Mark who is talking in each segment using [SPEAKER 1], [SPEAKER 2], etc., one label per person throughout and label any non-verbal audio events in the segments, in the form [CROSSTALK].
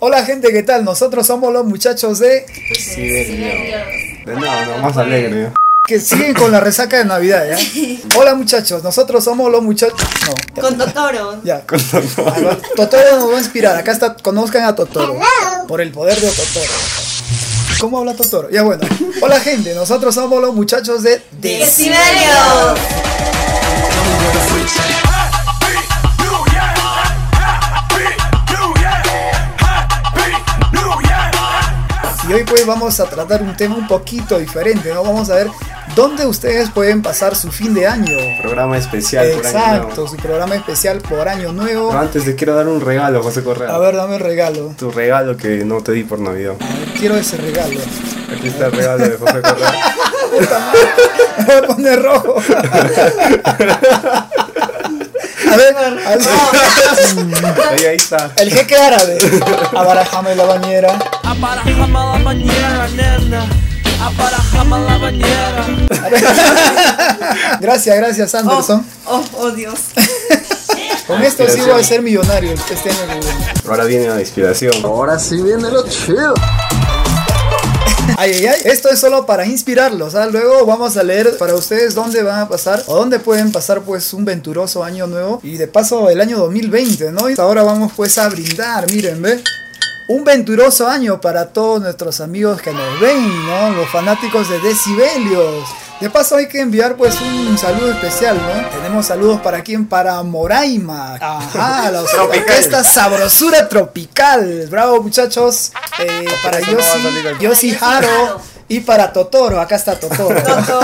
[SPEAKER 1] Hola gente, ¿qué tal? Nosotros somos los muchachos de
[SPEAKER 2] Siberia. De nada, no, más alegre.
[SPEAKER 1] que siguen con la resaca de Navidad, ¿ya? Hola muchachos, nosotros somos los muchachos. No, [LAUGHS]
[SPEAKER 3] Con Totoro.
[SPEAKER 1] ya.
[SPEAKER 2] Con todo.
[SPEAKER 1] Totoro nos va a inspirar. Acá está, conozcan a Totoro. Por el poder de Totoro. ¿Cómo habla Totoro? Ya bueno. Hola gente, nosotros somos los muchachos de
[SPEAKER 3] Decimario.
[SPEAKER 1] Y hoy pues vamos a tratar un tema un poquito diferente, ¿no? Vamos a ver dónde ustedes pueden pasar su fin de año.
[SPEAKER 2] Programa especial por
[SPEAKER 1] Exacto,
[SPEAKER 2] año nuevo. Ah.
[SPEAKER 1] su programa especial por año nuevo.
[SPEAKER 2] Pero antes te quiero dar un regalo, José Correa.
[SPEAKER 1] A ver, dame el regalo.
[SPEAKER 2] Tu regalo que no te di por Navidad.
[SPEAKER 1] Quiero ese regalo. [LAUGHS]
[SPEAKER 2] Aquí está el regalo de José Correa.
[SPEAKER 1] Me voy a poner rojo. [LAUGHS] A ver, a ver.
[SPEAKER 2] Ahí, ahí está.
[SPEAKER 1] el jeque árabe. Abarajame la bañera. [LAUGHS]
[SPEAKER 4] Aparajama la bañera, nena. Aparajama la bañera.
[SPEAKER 1] Gracias, gracias
[SPEAKER 3] Oh,
[SPEAKER 1] Anderson.
[SPEAKER 3] oh, oh, Dios.
[SPEAKER 1] Con esto sí voy a ser millonario este año. que viene.
[SPEAKER 2] Ahora viene la inspiración.
[SPEAKER 5] Ahora sí viene lo chido.
[SPEAKER 1] Ay, ay, ay. Esto es solo para inspirarlos. ¿ah? Luego vamos a leer para ustedes dónde van a pasar o dónde pueden pasar pues un venturoso año nuevo. Y de paso el año 2020, ¿no? Y ahora vamos pues a brindar, miren, ¿ve? Un venturoso año para todos nuestros amigos que nos ven, ¿no? Los fanáticos de Decibelios. De paso hay que enviar pues un saludo especial, ¿no? Tenemos saludos para quién? Para Moraima. Ajá, la esta sabrosura tropical. Bravo muchachos. Eh, para
[SPEAKER 2] Eso no va a salir
[SPEAKER 1] Yossi,
[SPEAKER 2] al-
[SPEAKER 1] Yossi Haro y para Totoro. Acá está Totoro.
[SPEAKER 3] Totoro.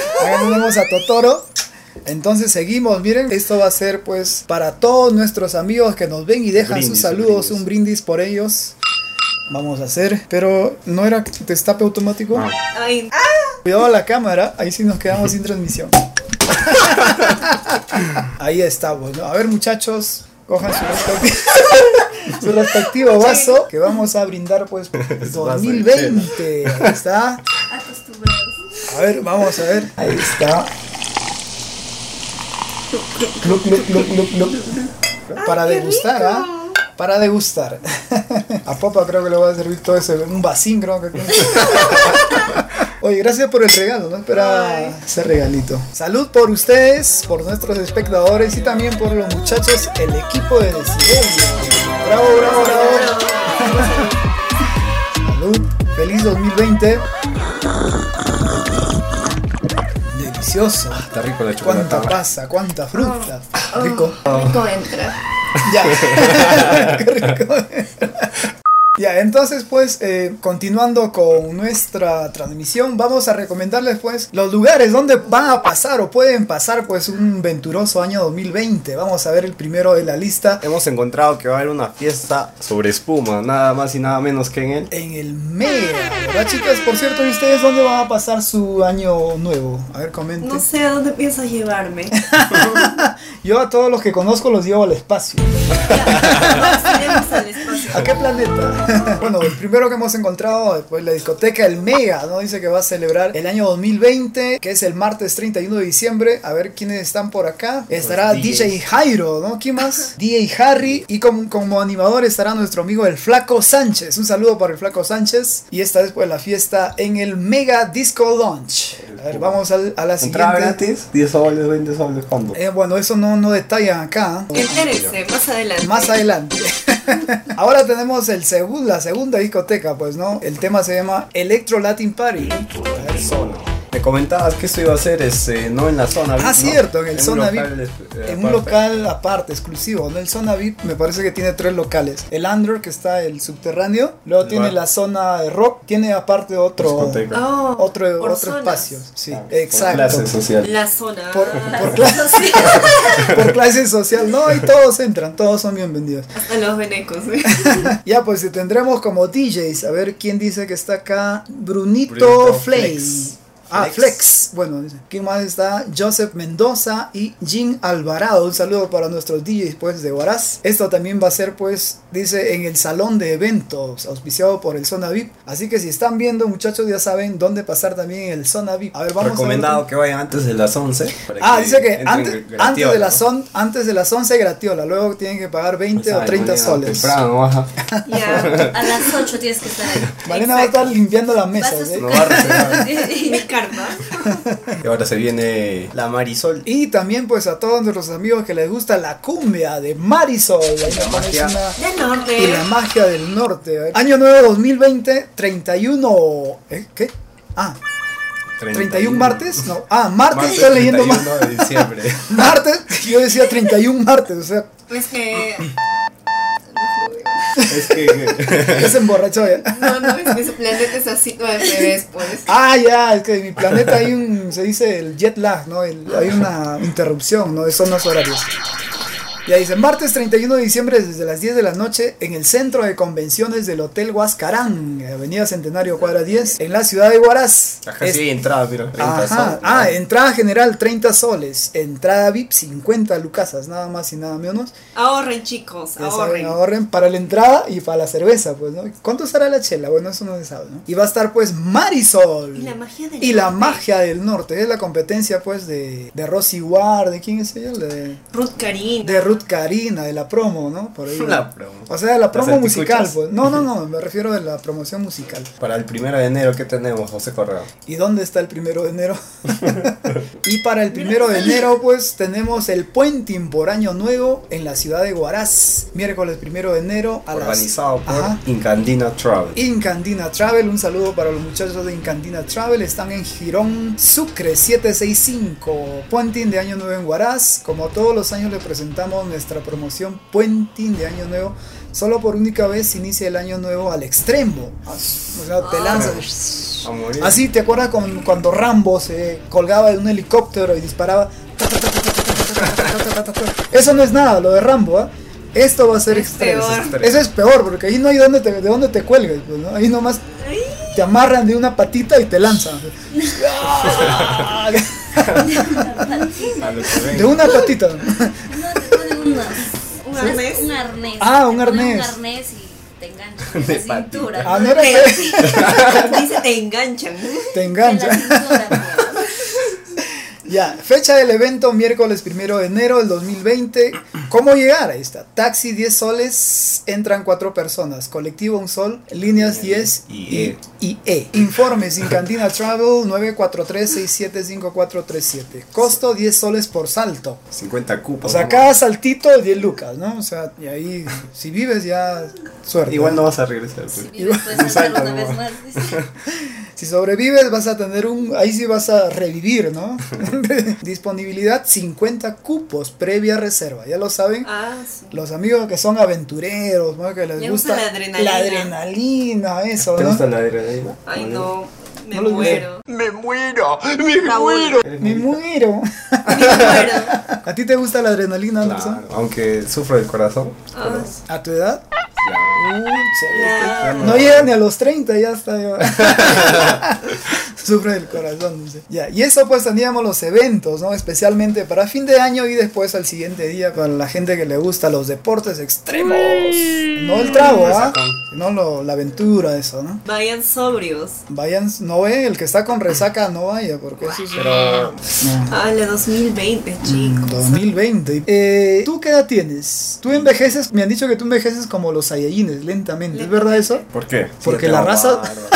[SPEAKER 1] [LAUGHS] Acá tenemos a Totoro. Entonces seguimos, miren, esto va a ser pues para todos nuestros amigos que nos ven y dejan
[SPEAKER 2] Brindis,
[SPEAKER 1] sus saludos,
[SPEAKER 2] brindis.
[SPEAKER 1] un brindis por ellos. Vamos a hacer, pero no era destape automático.
[SPEAKER 2] No.
[SPEAKER 3] Ay, ah,
[SPEAKER 1] Cuidado la cámara, ahí sí nos quedamos sin transmisión. ahí estamos, ¿no? A ver muchachos, cojan su respectivo, su respectivo vaso que vamos a brindar pues
[SPEAKER 2] Su vaso
[SPEAKER 1] 2020. Ahí está. A ver, vamos a ver. Ahí está. Glup, glup, glup, glup, glup. Para degustar, ¿ah? Para degustar. [LAUGHS] A Popa creo que le va a servir todo eso. Un vasín creo que. Oye, gracias por el regalo, no esperaba ese regalito. Salud por ustedes, por nuestros espectadores y también por los muchachos, el equipo de Decibelio. Bravo, bravo, bravo. [LAUGHS] Salud, feliz 2020. Delicioso.
[SPEAKER 2] Está rico la
[SPEAKER 1] Cuánta
[SPEAKER 2] Ah, chocolate.
[SPEAKER 1] pasa, cuánta fruta. Rico.
[SPEAKER 3] rico entra.
[SPEAKER 1] Ya. Qué rico. Ya, entonces pues, eh, continuando con nuestra transmisión, vamos a recomendarles pues los lugares donde van a pasar o pueden pasar pues un venturoso año 2020. Vamos a ver el primero de la lista
[SPEAKER 2] Hemos encontrado que va a haber una fiesta sobre espuma, nada más y nada menos que en él.
[SPEAKER 1] en el Mega. ¿Verdad chicas? Por cierto, ¿y ustedes dónde van a pasar su año nuevo? A ver, comenten.
[SPEAKER 3] No sé a dónde
[SPEAKER 1] [LAUGHS]
[SPEAKER 3] piensas llevarme.
[SPEAKER 1] Yo a todos los que conozco los llevo al espacio.
[SPEAKER 3] Nos iremos al espacio.
[SPEAKER 1] ¿A qué planeta? [LAUGHS] bueno, el primero que hemos encontrado después la discoteca El Mega, ¿no? Dice que va a celebrar el año 2020, que es el martes 31 de diciembre. A ver quiénes están por acá. Estará
[SPEAKER 2] Los DJs.
[SPEAKER 1] DJ Jairo, ¿no? ¿Quién más? DJ Harry. Y como, como animador estará nuestro amigo el Flaco Sánchez. Un saludo para el Flaco Sánchez. Y esta es pues la fiesta en el Mega Disco Launch. A ver, vamos al- a, la
[SPEAKER 2] Entrada
[SPEAKER 1] siguiente.
[SPEAKER 2] gratis, 10 soles, 20 soles, ¿cuándo?
[SPEAKER 1] Eh, bueno, eso no, no detallan acá. ¿eh?
[SPEAKER 3] Entérese, más adelante.
[SPEAKER 1] Más adelante. [LAUGHS] Ahora tenemos el segundo, la segunda discoteca, pues no. El tema se llama Electro Latin Party.
[SPEAKER 2] Zona. Me comentabas que esto iba a ser este, no en la zona VIP,
[SPEAKER 1] Ah,
[SPEAKER 2] ¿no?
[SPEAKER 1] cierto, en el Zona
[SPEAKER 2] un local,
[SPEAKER 1] VIP.
[SPEAKER 2] eh,
[SPEAKER 1] En un
[SPEAKER 2] aparte.
[SPEAKER 1] local aparte, exclusivo, ¿no? El Zona VIP me parece que tiene tres locales. El Under, que está el subterráneo. Luego
[SPEAKER 2] El
[SPEAKER 1] tiene
[SPEAKER 2] bar.
[SPEAKER 1] la zona de rock. Tiene aparte otro,
[SPEAKER 2] Discoteca.
[SPEAKER 3] Oh,
[SPEAKER 1] otro,
[SPEAKER 3] por
[SPEAKER 1] otro
[SPEAKER 3] zonas.
[SPEAKER 1] espacio. Sí,
[SPEAKER 2] Ah, por
[SPEAKER 1] exacto.
[SPEAKER 2] Clase social.
[SPEAKER 3] La zona. Ah,
[SPEAKER 1] Por-
[SPEAKER 3] [LAUGHS]
[SPEAKER 1] por clase.
[SPEAKER 3] Sí,
[SPEAKER 1] Por clase social, ¿no?
[SPEAKER 2] [LAUGHS]
[SPEAKER 1] Y todos entran, todos son bienvenidos.
[SPEAKER 3] Hasta los venecos. ¿eh?
[SPEAKER 1] Ya, pues y tendremos como DJs. A ver quién dice que está acá. Brunito,
[SPEAKER 2] Brunito
[SPEAKER 1] Flay.
[SPEAKER 2] Flex.
[SPEAKER 1] Ah, Flex. Bueno, dice. ¿Quién más está? Joseph Mendoza y Jim Alvarado. Un saludo para nuestros DJs, pues, de Huaraz. Esto también va a ser, pues, dice, en el salón de eventos, auspiciado por el Zona VIP. Así que si están viendo, muchachos, ya saben dónde pasar también el Zona VIP. A ver, vamos a
[SPEAKER 2] Recomendado
[SPEAKER 1] ver.
[SPEAKER 2] que vayan antes de las 11. para
[SPEAKER 1] Ah, dice que
[SPEAKER 2] entren
[SPEAKER 1] antes,
[SPEAKER 2] gratiola,
[SPEAKER 1] antes de
[SPEAKER 2] ¿no?
[SPEAKER 1] las on- antes de las 11 gratiola, luego tienen que pagar 20 o
[SPEAKER 2] Ay,
[SPEAKER 1] 30
[SPEAKER 2] mañana
[SPEAKER 1] soles.
[SPEAKER 2] Temprano, baja.
[SPEAKER 1] [LAUGHS]
[SPEAKER 6] Ya, a las 8 tienes que estar ahí.
[SPEAKER 1] Malena va a estar limpiando la mesa.
[SPEAKER 6] Vas a
[SPEAKER 1] ¿ok?
[SPEAKER 2] No va a reservar.
[SPEAKER 3] [LAUGHS] Mi karma.
[SPEAKER 2] Y ahora se viene la Marisol.
[SPEAKER 1] Y también pues a todos nuestros amigos que les gusta la cumbia de Marisol. Ahí nos pones
[SPEAKER 2] magia.
[SPEAKER 1] una-
[SPEAKER 3] Del
[SPEAKER 1] y
[SPEAKER 3] norte.
[SPEAKER 1] la magia del norte. ¿eh? Año nuevo 2020, 31... ¿eh? ¿Qué? Ah, 31 martes. No, ah, martes,
[SPEAKER 2] Martes
[SPEAKER 1] estoy leyendo ma-
[SPEAKER 2] 31 de
[SPEAKER 1] [LAUGHS]
[SPEAKER 2] diciembre.
[SPEAKER 1] Martes, [LAUGHS] yo decía 31 martes, o sea,
[SPEAKER 3] Es que.
[SPEAKER 2] es que [LAUGHS]
[SPEAKER 1] ya se emborrachó ¿eh? ya.
[SPEAKER 3] No, no, es que su planeta es así, no, al revés, pues.
[SPEAKER 1] Ah, ya, es que en mi planeta hay un, se dice el jet lag, ¿no? El- hay una interrupción, ¿no? Son los horarios. Ya dice, martes 31 de diciembre desde las 10 de la noche en el centro de convenciones del Hotel Huascarán, Avenida Centenario Cuadra 10, en la ciudad de Huaraz.
[SPEAKER 2] la
[SPEAKER 1] Es-
[SPEAKER 2] casi entrada, pero 30
[SPEAKER 1] Ajá.
[SPEAKER 2] soles,
[SPEAKER 1] Ah,
[SPEAKER 2] ¿no?
[SPEAKER 1] entrada general 30 soles, entrada VIP 50 lucasas, nada más y nada menos.
[SPEAKER 3] Ahorren, chicos,
[SPEAKER 1] Ya saben,
[SPEAKER 3] ahorren.
[SPEAKER 1] ahorren para la entrada y para la cerveza, pues, ¿no? ¿Cuánto será la chela? Bueno, eso no se sabe, ¿no? Y va a estar, pues, Marisol.
[SPEAKER 3] Y la magia del
[SPEAKER 1] Y la
[SPEAKER 3] norte.
[SPEAKER 1] magia del norte. Es la competencia, pues, de, de Rosy Ward, ¿de quién es ella? La De,
[SPEAKER 3] Ruth Karin. [LAUGHS]
[SPEAKER 1] de Ruth Karina, de la promo, ¿no? Por ahí.
[SPEAKER 2] La promo.
[SPEAKER 1] O sea, de la promo
[SPEAKER 2] Las
[SPEAKER 1] musical,
[SPEAKER 2] anticuchas.
[SPEAKER 1] pues. No, no, no, me refiero de la promoción musical.
[SPEAKER 2] Para el primero de enero, ¿qué tenemos, José Correa?
[SPEAKER 1] ¿Y dónde está el primero de
[SPEAKER 2] [LAUGHS]
[SPEAKER 1] enero? y para el primero de enero, pues tenemos el puenting por año nuevo en la ciudad de Huaraz. Miércoles primero de enero a
[SPEAKER 2] Organizado
[SPEAKER 1] las.
[SPEAKER 2] por
[SPEAKER 1] Ajá.
[SPEAKER 2] Incandina Travel.
[SPEAKER 1] Incandina Travel, un saludo para los muchachos de Incandina Travel, están en Girón Sucre 765, Puenting de Año Nuevo en Huaraz, como todos los años le presentamos nuestra promoción Puenting de Año Nuevo, solo por única vez inicia el Año Nuevo al extremo, o sea, te lanzas,
[SPEAKER 2] A morir.
[SPEAKER 1] así, Ah, ¿te acuerdas con- cuando Rambo se colgaba de un helicóptero y
[SPEAKER 3] [LAUGHS]
[SPEAKER 1] disparaba? Eso no es nada, lo de Rambo, ¿ah? Esto va a ser
[SPEAKER 3] Es
[SPEAKER 1] extremo.
[SPEAKER 3] peor.
[SPEAKER 1] Eso es peor, porque ahí no hay donde te, de dónde te cuelgues, pues, ¿no? Ahí nomás te amarran de una patita y te
[SPEAKER 3] [LAUGHS]
[SPEAKER 1] lanzan. [LAUGHS]
[SPEAKER 2] A lo que venga.
[SPEAKER 1] De una patita.
[SPEAKER 6] No, te ponen unas-
[SPEAKER 3] ¿Un
[SPEAKER 6] unas-
[SPEAKER 3] arnés?
[SPEAKER 6] Un arnés.
[SPEAKER 1] Ah,
[SPEAKER 6] Te
[SPEAKER 1] un
[SPEAKER 6] ponen Un
[SPEAKER 1] arnés.
[SPEAKER 6] arnés y te enganchan en
[SPEAKER 2] De
[SPEAKER 6] la cintura.
[SPEAKER 1] Ah,
[SPEAKER 6] ¿no?
[SPEAKER 1] no era
[SPEAKER 6] De
[SPEAKER 1] fe-
[SPEAKER 3] Dice,
[SPEAKER 1] [LAUGHS]
[SPEAKER 3] te enganchan.
[SPEAKER 1] Te
[SPEAKER 6] la
[SPEAKER 1] engancha.
[SPEAKER 6] cintura,
[SPEAKER 1] [LAUGHS]
[SPEAKER 6] ¿no?
[SPEAKER 1] Ya, fecha del evento, miércoles primero de enero del 2020. ¿Cómo llegar? Ahí está. Taxi 10 soles, entran 4 personas. Colectivo 1 sol, líneas 10
[SPEAKER 2] Y
[SPEAKER 1] y,
[SPEAKER 2] E.
[SPEAKER 1] y E. Informes en Cantina Travel 943-675437. Costo 10 soles por salto.
[SPEAKER 2] 50
[SPEAKER 1] O
[SPEAKER 2] cupos.
[SPEAKER 1] sea,
[SPEAKER 2] ¿no?
[SPEAKER 1] cada saltito 10 lucas, ¿no? O sea, y ahí, si vives ya, suerte.
[SPEAKER 2] Igual no vas a regresar. pues.
[SPEAKER 6] Y después
[SPEAKER 2] Un salto
[SPEAKER 6] hacerlo una
[SPEAKER 2] nomás.
[SPEAKER 6] vez más. dice.
[SPEAKER 1] Si sobrevives vas a tener un... Ahí sí vas a revivir,
[SPEAKER 2] [LAUGHS]
[SPEAKER 1] ¿no? [LAUGHS] Disponibilidad 50 cupos previa reserva. Ya lo saben.
[SPEAKER 3] Ah, sí.
[SPEAKER 1] Los amigos que son aventureros, ¿no? Que les
[SPEAKER 3] Les
[SPEAKER 1] gusta,
[SPEAKER 3] gusta la adrenalina.
[SPEAKER 1] la adrenalina, eso,
[SPEAKER 2] ¿Te
[SPEAKER 1] ¿no?
[SPEAKER 2] gusta la adrenalina?
[SPEAKER 3] Ay,
[SPEAKER 2] Molina?
[SPEAKER 3] no. Me
[SPEAKER 1] No los
[SPEAKER 3] muero.
[SPEAKER 5] Me muero, me
[SPEAKER 3] Raúl.
[SPEAKER 2] ¿Eres
[SPEAKER 1] Me
[SPEAKER 2] molina?
[SPEAKER 1] muero. [LAUGHS]
[SPEAKER 3] Me muero.
[SPEAKER 1] ¿A ti te gusta la adrenalina, Anderson?
[SPEAKER 2] Claro, aunque sufro del corazón.
[SPEAKER 3] Ah,
[SPEAKER 2] pero-
[SPEAKER 1] ¿A tu edad? Uy, chévere.
[SPEAKER 3] la-
[SPEAKER 1] No llega ni a los 30, ya está. ya. [LAUGHS] Sufre del corazón, dice. Ya, y eso pues teníamos los eventos, ¿no? Especialmente para fin de año y después al siguiente día para la gente que le gusta los deportes extremos. No el trago, ¿ah? Sino lo- la aventura, eso, ¿no?
[SPEAKER 3] Vayan sobrios.
[SPEAKER 1] Vayan, no ve, el que está con resaca no vaya, porque eso es...
[SPEAKER 2] Pero
[SPEAKER 3] Ah, la 2020,
[SPEAKER 1] Mm,
[SPEAKER 3] chicos.
[SPEAKER 1] 2020. Eh, ¿Tú qué edad tienes? Tú envejeces, me han dicho que tú envejeces como los Saiyajines, lentamente. ¿Es verdad eso?
[SPEAKER 2] ¿Por qué?
[SPEAKER 1] Porque
[SPEAKER 2] yo
[SPEAKER 1] la
[SPEAKER 2] tengo
[SPEAKER 1] raza-
[SPEAKER 2] [LAUGHS] barba.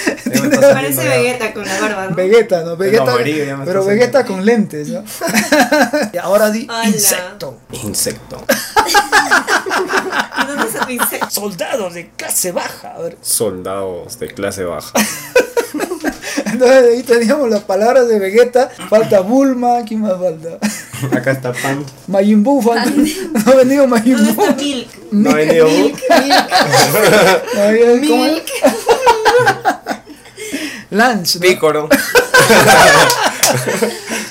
[SPEAKER 2] Ya me está saliendo
[SPEAKER 3] Parece
[SPEAKER 2] ya.
[SPEAKER 3] Vegeta con la barba, ¿no?
[SPEAKER 1] Vegeta, ¿no? Vegeta,
[SPEAKER 2] amarillo, ya me
[SPEAKER 1] pero
[SPEAKER 2] está
[SPEAKER 1] Vegeta
[SPEAKER 2] saliendo.
[SPEAKER 1] con lentes, ¿no? [LAUGHS] y ahora di
[SPEAKER 3] Ala.
[SPEAKER 1] insecto.
[SPEAKER 2] Insecto.
[SPEAKER 3] ¿Y dónde se dice?
[SPEAKER 1] Soldados de clase baja. A ver. [LAUGHS]
[SPEAKER 2] Soldados de clase baja.
[SPEAKER 1] Entonces ahí teníamos las palabras de Vegeta. Falta Bulma, ¿quién más falta? [LAUGHS]
[SPEAKER 2] [LAUGHS] Acá está Pan.
[SPEAKER 1] Majin Buu falta. [LAUGHS] No ha venido Majin
[SPEAKER 3] ¿Dónde
[SPEAKER 1] Buu. [LAUGHS]
[SPEAKER 3] está Milk?
[SPEAKER 2] No ha venido. Hulk.
[SPEAKER 1] No ha venido- ¿cómo [LAUGHS] era? Lunch, ¿no?
[SPEAKER 2] Pícoro.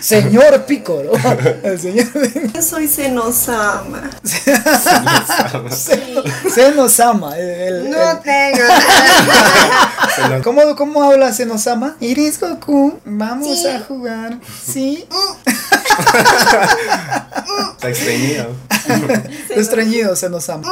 [SPEAKER 1] Señor Pícoro. [LAUGHS] El señor [LAUGHS]
[SPEAKER 3] Yo soy Senosama.
[SPEAKER 1] Senosama. El, el- el-
[SPEAKER 3] tengo.
[SPEAKER 2] se [LAUGHS] lo-
[SPEAKER 1] ¿Cómo, ¿Cómo habla Senosama? Iris Goku, vamos
[SPEAKER 6] Sí.
[SPEAKER 1] a jugar. Sí.
[SPEAKER 2] Está extrañido.
[SPEAKER 3] [LAUGHS]
[SPEAKER 1] Lo extrañido, Senosama.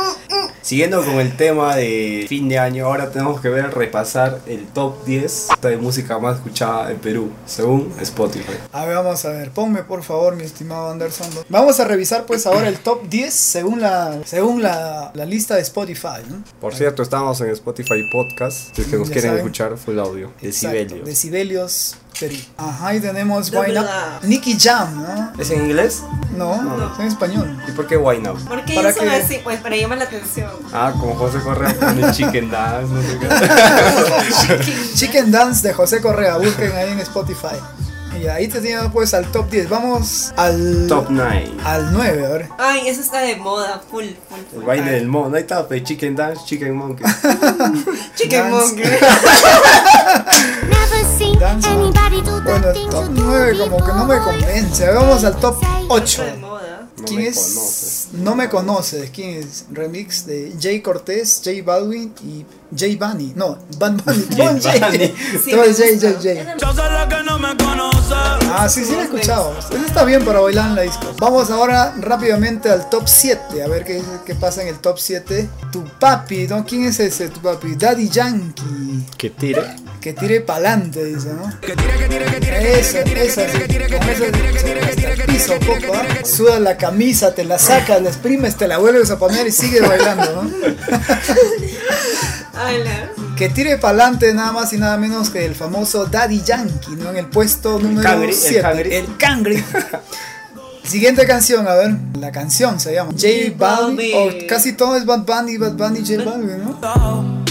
[SPEAKER 2] Siguiendo con el tema de fin de año, ahora tenemos que ver, repasar el top 10 de música más escuchada en Perú, según Spotify.
[SPEAKER 1] A ver, vamos a ver. Ponme, por favor, mi estimado Anderson. Vamos a revisar, pues, ahora el top 10 según la, según la, la lista de Spotify. ¿no?
[SPEAKER 2] Por cierto, estamos en Spotify Podcast, si es que nos
[SPEAKER 1] Ya
[SPEAKER 2] quieren
[SPEAKER 1] saben.
[SPEAKER 2] escuchar full audio.
[SPEAKER 1] Exacto,
[SPEAKER 2] Decibelios.
[SPEAKER 1] Decibelios, Perú. Ajá, y tenemos
[SPEAKER 3] De
[SPEAKER 1] Wine Up.
[SPEAKER 3] verdad.
[SPEAKER 1] Nicky Jam, ¿no?
[SPEAKER 2] ¿Es en inglés?
[SPEAKER 1] No,
[SPEAKER 3] No.
[SPEAKER 1] es en español.
[SPEAKER 2] ¿Y por qué Why Now?
[SPEAKER 3] ¿Por qué
[SPEAKER 1] ¿Para
[SPEAKER 3] ellos son
[SPEAKER 1] qué?
[SPEAKER 3] así? Pues para llamar la atención.
[SPEAKER 2] Ah, como José Correa con el Chicken Dance, no sé qué.
[SPEAKER 6] [LAUGHS]
[SPEAKER 1] Chicken Dance de José Correa, busquen ahí en Spotify. Y ahí te tiene pues al top 10. Vamos al
[SPEAKER 2] [LAUGHS] Top 9.
[SPEAKER 1] al 9, a ver.
[SPEAKER 3] Ay, eso está de moda. Full, full, full.
[SPEAKER 2] El baile del mono, ahí está, pe, Chicken Dance, Chicken Monkey.
[SPEAKER 3] Chicken
[SPEAKER 1] Dance.
[SPEAKER 3] Monkey.
[SPEAKER 7] Never seen
[SPEAKER 1] Dance, ¿no?
[SPEAKER 7] anybody do the
[SPEAKER 1] Bueno, el
[SPEAKER 7] things
[SPEAKER 1] top
[SPEAKER 7] you do
[SPEAKER 1] 9 como que no me
[SPEAKER 7] before.
[SPEAKER 1] convence. A ver, Vamos al top
[SPEAKER 3] Está
[SPEAKER 1] 8.
[SPEAKER 3] de moda.
[SPEAKER 2] No
[SPEAKER 1] ¿Quién
[SPEAKER 2] me
[SPEAKER 1] es?
[SPEAKER 2] conoces.
[SPEAKER 1] No me conoces. ¿Quién es? Remix de Jay Cortés, Jay Baldwin y Jay Bunny. No, Bad Bunny.
[SPEAKER 2] [LAUGHS]
[SPEAKER 1] Bon Jay.
[SPEAKER 2] Bunny.
[SPEAKER 1] [LAUGHS]
[SPEAKER 3] Sí,
[SPEAKER 1] Todo
[SPEAKER 3] me
[SPEAKER 1] es Jay,
[SPEAKER 3] gusta.
[SPEAKER 1] Jay, Jay.
[SPEAKER 4] Yo soy la que no me conoce.
[SPEAKER 1] Ah, sí, sí lo he escuchado. Eso está bien para bailar en la disco. Vamos ahora rápidamente al top 7. A ver qué, qué pasa en el top 7. Tu papi, ¿no? ¿Quién es ese? Tu papi. Daddy Yankee.
[SPEAKER 2] Que tire.
[SPEAKER 1] Que tire pa'lante, dice, ¿no? Que tire, que tire, que tire, eso, que tire, que tire, que tire, piso, poco, ¿ah? Suda la camisa, te la sacas, la exprimes, te la vuelves a poner y sigues bailando, ¿no?
[SPEAKER 3] Ay, la-
[SPEAKER 1] Que tire pa'lante nada más y nada menos que el famoso Daddy Yankee, ¿no? En el puesto número
[SPEAKER 2] Cangri, el
[SPEAKER 1] 7.
[SPEAKER 2] Cangri.
[SPEAKER 1] El Cangri. Siguiente canción, a ver. La canción se llama J
[SPEAKER 3] J
[SPEAKER 1] Balvin.
[SPEAKER 3] Balvin.
[SPEAKER 1] O casi todo es Bad Bunny, Bad Bunny, J Balvin, ¿no?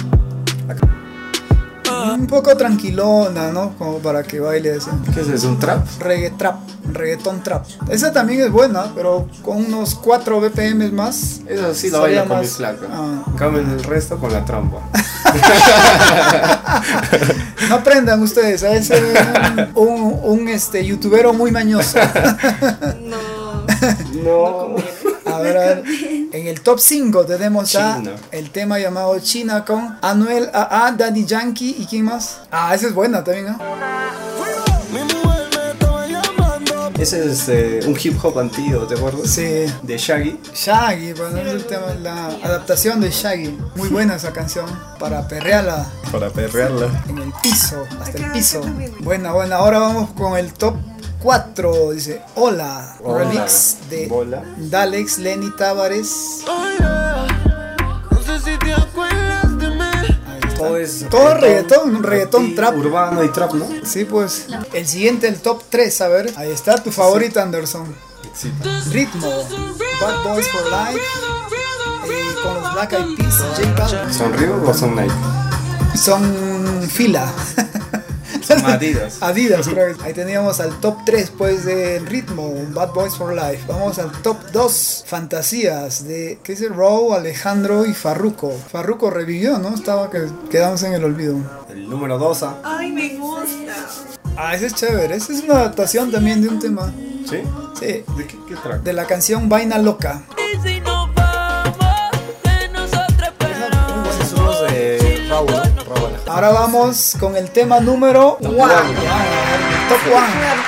[SPEAKER 1] Un poco tranquilona, ¿no? Como para que baile así.
[SPEAKER 2] ¿Qué es eso? ¿Un trap?
[SPEAKER 1] Reggae trap, reggaeton trap. Esa también es buena, pero con unos 4 BPM más. eh,
[SPEAKER 2] Eso sí lo
[SPEAKER 1] Sería
[SPEAKER 2] bailo con mi
[SPEAKER 1] más-
[SPEAKER 2] flaca.
[SPEAKER 1] Ah.
[SPEAKER 2] Cambian el resto con
[SPEAKER 1] [LAUGHS]
[SPEAKER 2] la trampa.
[SPEAKER 1] No aprendan ustedes, a ese un, un, un, este, youtubero muy mañoso.
[SPEAKER 3] No.
[SPEAKER 2] No.
[SPEAKER 1] A ver, a ver. En el top 5 tenemos ya
[SPEAKER 2] China.
[SPEAKER 1] el tema llamado China con Anuel AA, Daddy Yankee y quién más. Ah, esa es buena también, ¿no?
[SPEAKER 2] Ese es eh, un hip hop antiguo, ¿te acuerdas?
[SPEAKER 1] Sí.
[SPEAKER 2] De Shaggy.
[SPEAKER 1] Shaggy, bueno, es el tema, la adaptación de Shaggy. Muy buena esa canción para perrearla
[SPEAKER 2] Para perrearla.
[SPEAKER 1] en el piso, hasta el
[SPEAKER 3] Acá,
[SPEAKER 1] piso.
[SPEAKER 3] acá también.
[SPEAKER 1] Buena, buena. Ahora vamos con el top 4. Dice, hola,
[SPEAKER 2] Hola.
[SPEAKER 1] remix de
[SPEAKER 2] Bola.
[SPEAKER 1] Dalex, Lenny Tavares.
[SPEAKER 4] No sé si te acuerdas de mí.
[SPEAKER 2] Todo es.
[SPEAKER 1] Todo reggaetón, reggaetón,
[SPEAKER 2] antiguo,
[SPEAKER 1] trap.
[SPEAKER 2] Urbano y trap, ¿no?
[SPEAKER 1] Sí, pues. El siguiente, el top 3, a ver. Ahí está tu favorita, Anderson.
[SPEAKER 2] Sí.
[SPEAKER 1] Ritmo, Bad Boys for Life, eh, con los Black Eyed Peas, J Balvin.
[SPEAKER 2] ¿Son Río o son Nike?
[SPEAKER 1] Son fila.
[SPEAKER 2] Son Adidas.
[SPEAKER 1] Adidas, creo. que- Ahí teníamos al top 3, pues, de Ritmo, Bad Boys for Life. Vamos al top 2, Fantasías, de, ¿qué dice? Row, Alejandro y Farruko. Farruko revivió, ¿no? Estaba que quedamos en el olvido.
[SPEAKER 2] El número 2, ¿ah?
[SPEAKER 3] Ay, me gusta.
[SPEAKER 1] Ah, ese es chévere. Esa es una adaptación también de un tema.
[SPEAKER 2] ¿sí?
[SPEAKER 1] Sí,
[SPEAKER 2] ¿De qué, qué track?
[SPEAKER 1] de la canción Vaina Loca.
[SPEAKER 4] Y si nos vamos, de nosotros pero
[SPEAKER 2] Esos son los de Raúl, ¿no? Raúl Alejandro.
[SPEAKER 1] Ahora vamos con el tema número 1.
[SPEAKER 2] one.
[SPEAKER 1] Top 1.
[SPEAKER 3] Fuerte.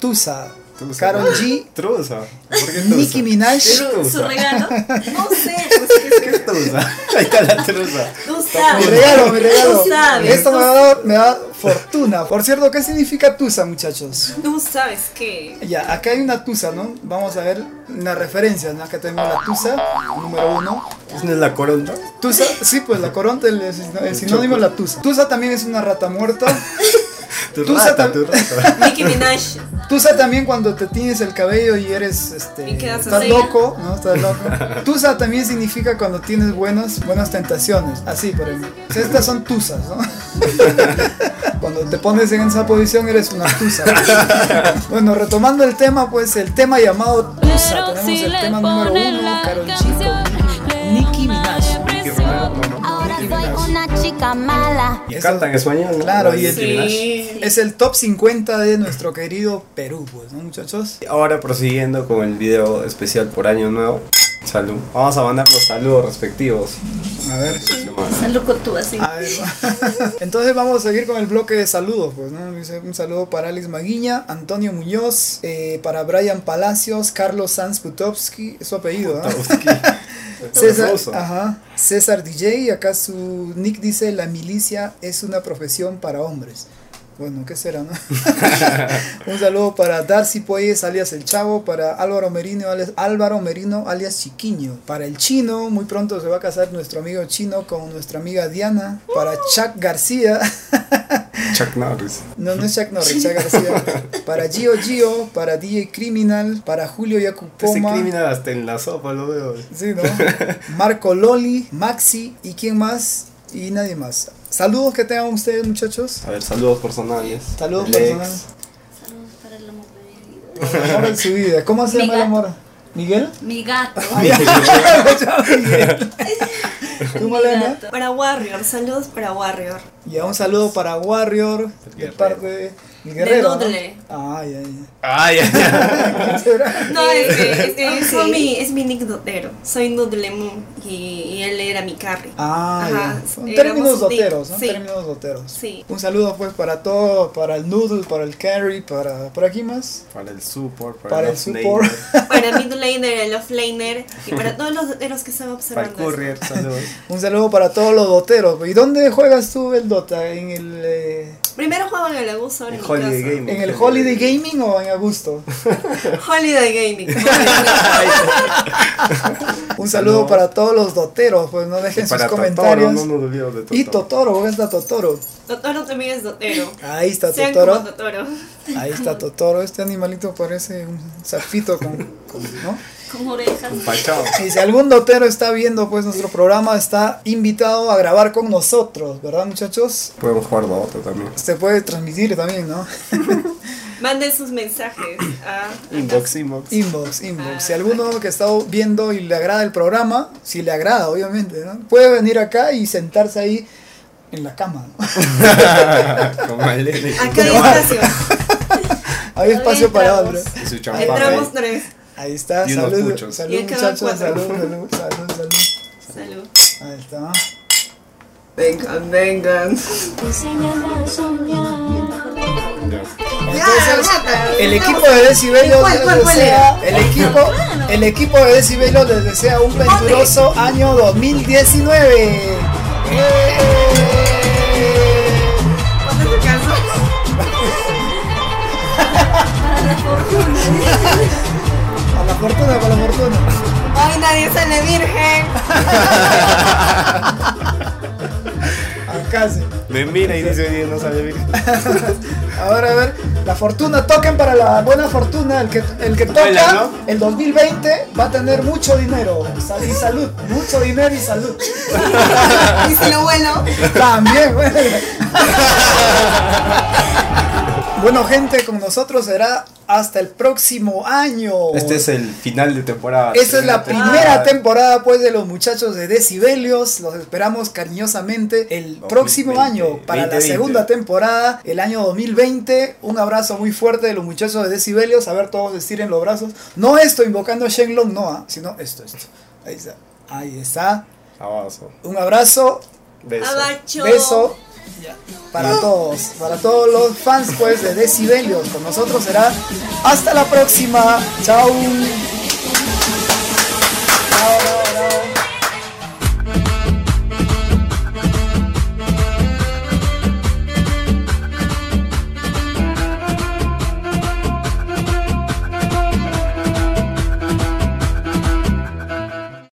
[SPEAKER 1] Tusa.
[SPEAKER 2] Tusa.
[SPEAKER 1] Karol G.
[SPEAKER 2] Trusa. ¿Por qué trusa?
[SPEAKER 1] Nicki Minaj.
[SPEAKER 6] Su
[SPEAKER 2] Trusa.
[SPEAKER 6] regalo.
[SPEAKER 3] No sé. pues,
[SPEAKER 2] ¿Qué
[SPEAKER 3] es que-
[SPEAKER 2] es trusa? [LAUGHS] Ahí está la trusa.
[SPEAKER 3] Tú
[SPEAKER 1] Mi
[SPEAKER 3] sabes.
[SPEAKER 1] regalo, mi regalo.
[SPEAKER 3] Ah. Tú sabes.
[SPEAKER 1] Esto
[SPEAKER 3] tú
[SPEAKER 1] me da, me da fortuna. Por cierto, ¿qué significa Tusa, muchachos?
[SPEAKER 3] Tú sabes que.
[SPEAKER 1] Ya, acá hay una Tusa, ¿no? Vamos a ver una referencia. ¿no? Acá tenemos la Tusa, número 1.
[SPEAKER 2] ¿Esa Pues ¿No es la coronda?
[SPEAKER 1] Tusa, sí, pues la coronta, el, el sinónimo es la Tusa. Tusa también es una rata muerta.
[SPEAKER 2] Tu
[SPEAKER 1] Tusa
[SPEAKER 2] rata,
[SPEAKER 1] tam-
[SPEAKER 2] tu
[SPEAKER 1] [LAUGHS]
[SPEAKER 2] rata.
[SPEAKER 3] Nicki Minaj.
[SPEAKER 1] Tusa también cuando te tienes el cabello y eres este
[SPEAKER 3] Y quedas
[SPEAKER 1] estás
[SPEAKER 3] así.
[SPEAKER 1] loco, ¿no? Estás [LAUGHS] loco. Tusa también significa cuando tienes buenas buenas tentaciones, así por ejemplo. O sea, estas son tusas, ¿no? [LAUGHS] cuando te pones en esa posición eres una tusa. [LAUGHS] bueno, retomando el tema, pues el tema llamado tusa, tenemos el tema número uno, Karol Chico, Nicki Minaj.
[SPEAKER 2] Nicki Romero, no, no.
[SPEAKER 7] Ahora
[SPEAKER 2] Nicki
[SPEAKER 7] soy
[SPEAKER 2] Minaj.
[SPEAKER 7] una chica mala.
[SPEAKER 2] Y
[SPEAKER 1] Eso-
[SPEAKER 2] canta en español, ¿no?
[SPEAKER 1] Claro,
[SPEAKER 2] La
[SPEAKER 1] y el-
[SPEAKER 2] Nicki Minaj.
[SPEAKER 3] Sí.
[SPEAKER 1] Es el top 50 de nuestro querido Perú, pues, ¿no, muchachos?
[SPEAKER 2] Ahora prosiguiendo con el video especial por Año Nuevo. Salud. Vamos a mandar los saludos respectivos.
[SPEAKER 1] A ver.
[SPEAKER 6] San loco tú así.
[SPEAKER 1] A ver. [LAUGHS] Entonces vamos a seguir con el bloque de saludos, pues, ¿no? Dice, Un saludo para Alex Maguiña, Antonio Muñoz, eh, para Brian Palacios, Carlos Sanz Putowski, es su apellido, ¿ah? César, ajá, César DJ, acá su nick dice, la milicia es una profesión para hombres. Bueno, ¿qué será, no? [LAUGHS] Un saludo para Darcy Pueyes, alias El Chavo, para Álvaro Merino, alias Álvaro Merino, alias Chiquiño, para El Chino, muy pronto se va a casar nuestro amigo Chino con nuestra amiga Diana, para Chuck García, [LAUGHS]
[SPEAKER 2] Chuck Norris.
[SPEAKER 1] no, no es Chuck Norris, Chuck García, para Gio Gio, para DJ Criminal, para Julio
[SPEAKER 2] Ese
[SPEAKER 1] Yacupoma.
[SPEAKER 2] criminal hasta en la sopa lo veo.
[SPEAKER 1] Sí, ¿no? Marco Loli, Maxi y quién más y nadie más. Saludos que tengan ustedes muchachos.
[SPEAKER 2] A ver, saludos personales.
[SPEAKER 1] Saludos
[SPEAKER 2] Lex.
[SPEAKER 1] personales.
[SPEAKER 6] Saludos para el amor de mi vida.
[SPEAKER 1] Por el amor en su vida. ¿Cómo se llama el amor?
[SPEAKER 3] [LAUGHS]
[SPEAKER 1] ¿Miguel?
[SPEAKER 6] Mi gato.
[SPEAKER 1] Ah, ¿Tú,
[SPEAKER 6] Mi
[SPEAKER 1] Malena?
[SPEAKER 6] gato.
[SPEAKER 3] Para Warrior, saludos para Warrior.
[SPEAKER 1] Ya un saludo para Warrior de
[SPEAKER 2] Guerrero.
[SPEAKER 1] parte de mi guerrero. ¿no?
[SPEAKER 6] Dudley.
[SPEAKER 1] Ay, ay,
[SPEAKER 2] Ay, ay, ay.
[SPEAKER 1] ay. ¿Qué será?
[SPEAKER 3] [LAUGHS] No, es, es, es,
[SPEAKER 6] Ok.
[SPEAKER 3] mi, es mi nick dotero. Soy Noodle Moon y, y él era mi carry.
[SPEAKER 1] Ah,
[SPEAKER 3] Ajá,
[SPEAKER 1] ya. Son
[SPEAKER 3] éramos
[SPEAKER 1] términos
[SPEAKER 3] un
[SPEAKER 1] doteros,
[SPEAKER 3] team,
[SPEAKER 1] son
[SPEAKER 3] sí.
[SPEAKER 1] términos doteros.
[SPEAKER 3] Sí.
[SPEAKER 1] Un saludo pues para todo, para el noodle, para el carry, para por aquí más,
[SPEAKER 2] Para el support, para,
[SPEAKER 1] para el
[SPEAKER 2] los
[SPEAKER 1] support.
[SPEAKER 2] neighbors,
[SPEAKER 3] Para midlaner, el offlaner y para todos los doteros que están
[SPEAKER 2] Para el
[SPEAKER 3] observando. esto.
[SPEAKER 2] courier, [LAUGHS] saludos.
[SPEAKER 1] Un saludo para todos los doteros. ¿Y dónde juegas tú el Dota? ¿En el, eh,
[SPEAKER 3] Primero juego en el Agus, ahora
[SPEAKER 2] El
[SPEAKER 3] en mi
[SPEAKER 2] Holiday
[SPEAKER 3] casa.
[SPEAKER 2] Gaming.
[SPEAKER 1] en el Holiday Gaming o en Augusto?
[SPEAKER 2] [LAUGHS]
[SPEAKER 3] Holiday Gaming. [LAUGHS] Holiday Gaming.
[SPEAKER 1] Un saludo
[SPEAKER 2] No.
[SPEAKER 1] para todos los doteros. Pues no dejen sus
[SPEAKER 2] Para Totoro,
[SPEAKER 1] comentarios.
[SPEAKER 2] no nos olvidemos de Totoro.
[SPEAKER 1] Y Totoro, ¿dónde está Totoro?
[SPEAKER 3] Totoro también es dotero.
[SPEAKER 1] Ahí está
[SPEAKER 3] Sean
[SPEAKER 1] Totoro.
[SPEAKER 3] como Totoro.
[SPEAKER 1] Ahí está Totoro. Este animalito parece un sapito con, con- ¿no?
[SPEAKER 6] Con orejas.
[SPEAKER 2] Pachao.
[SPEAKER 1] Y si algún dotero está viendo pues nuestro programa, está invitado a grabar con nosotros, ¿verdad muchachos?
[SPEAKER 2] Podemos jugar Dota también.
[SPEAKER 1] Se puede transmitir también, ¿no?
[SPEAKER 3] Manden sus mensajes a
[SPEAKER 2] [LAUGHS] Inbox, inbox.
[SPEAKER 1] Inbox, inbox. Si
[SPEAKER 3] Ah,
[SPEAKER 1] alguno que está viendo y le agrada el programa, si le agrada, obviamente, ¿no? Puede venir acá y sentarse ahí en la cama. ¿no?
[SPEAKER 2] [LAUGHS]
[SPEAKER 3] [LAUGHS]
[SPEAKER 2] Con Malene.
[SPEAKER 3] Acá hay espacio.
[SPEAKER 1] Hay
[SPEAKER 6] Todavía
[SPEAKER 1] espacio para
[SPEAKER 6] entramos.
[SPEAKER 1] hambre.
[SPEAKER 2] Y su champán.
[SPEAKER 3] Entramos tres.
[SPEAKER 1] Ahí está,
[SPEAKER 2] Y unos
[SPEAKER 1] salud,
[SPEAKER 2] puchos.
[SPEAKER 1] salud
[SPEAKER 3] Y acá van
[SPEAKER 1] muchachos,
[SPEAKER 3] cuatro.
[SPEAKER 1] salud, salud, salud, salud.
[SPEAKER 3] Salud.
[SPEAKER 1] Ahí está.
[SPEAKER 3] Vengan, vengan.
[SPEAKER 7] Enséñame a soñar.
[SPEAKER 1] Entonces,
[SPEAKER 3] ya,
[SPEAKER 1] el equipo de Decibelio
[SPEAKER 3] ¿Cuál,
[SPEAKER 1] les
[SPEAKER 3] cuál, cuál
[SPEAKER 1] desea, el equipo, el equipo de Decibelio les desea un venturoso año 2019. ¡Eh!
[SPEAKER 3] ¿Cuándo te cansas?
[SPEAKER 1] A la fortuna, con la fortuna.
[SPEAKER 3] Hoy nadie sale virgen.
[SPEAKER 1] Acá sí.
[SPEAKER 2] Me mira y dice, "Oye, no sabe bien.
[SPEAKER 1] Ahora a ver, la fortuna, toquen para la buena fortuna. El que, el que toca
[SPEAKER 2] Baila, ¿no?
[SPEAKER 1] el 2020 va a tener mucho dinero sal- y salud. Mucho dinero y salud.
[SPEAKER 3] [LAUGHS] Y si lo bueno.
[SPEAKER 1] También, bueno. Bueno, gente, con nosotros será hasta el próximo año.
[SPEAKER 2] Este es el final de temporada.
[SPEAKER 1] Esa es la
[SPEAKER 2] Tercera
[SPEAKER 1] primera temporada pues de los muchachos de Decibelios. Los esperamos cariñosamente el
[SPEAKER 2] 2020,
[SPEAKER 1] próximo año para la
[SPEAKER 2] 2020.
[SPEAKER 1] segunda temporada, el año 2020. Un abrazo muy fuerte de los muchachos de Decibelios. A ver, todos estiren los brazos. No esto invocando a Shenlong, no, ah, sino esto, esto. Ahí está. Ahí está.
[SPEAKER 2] Abrazo.
[SPEAKER 1] Un abrazo,
[SPEAKER 2] Beso.
[SPEAKER 3] Abacho.
[SPEAKER 1] beso. Para todos, para todos los fans pues de Decibelios. Con nosotros será hasta la próxima. Chao.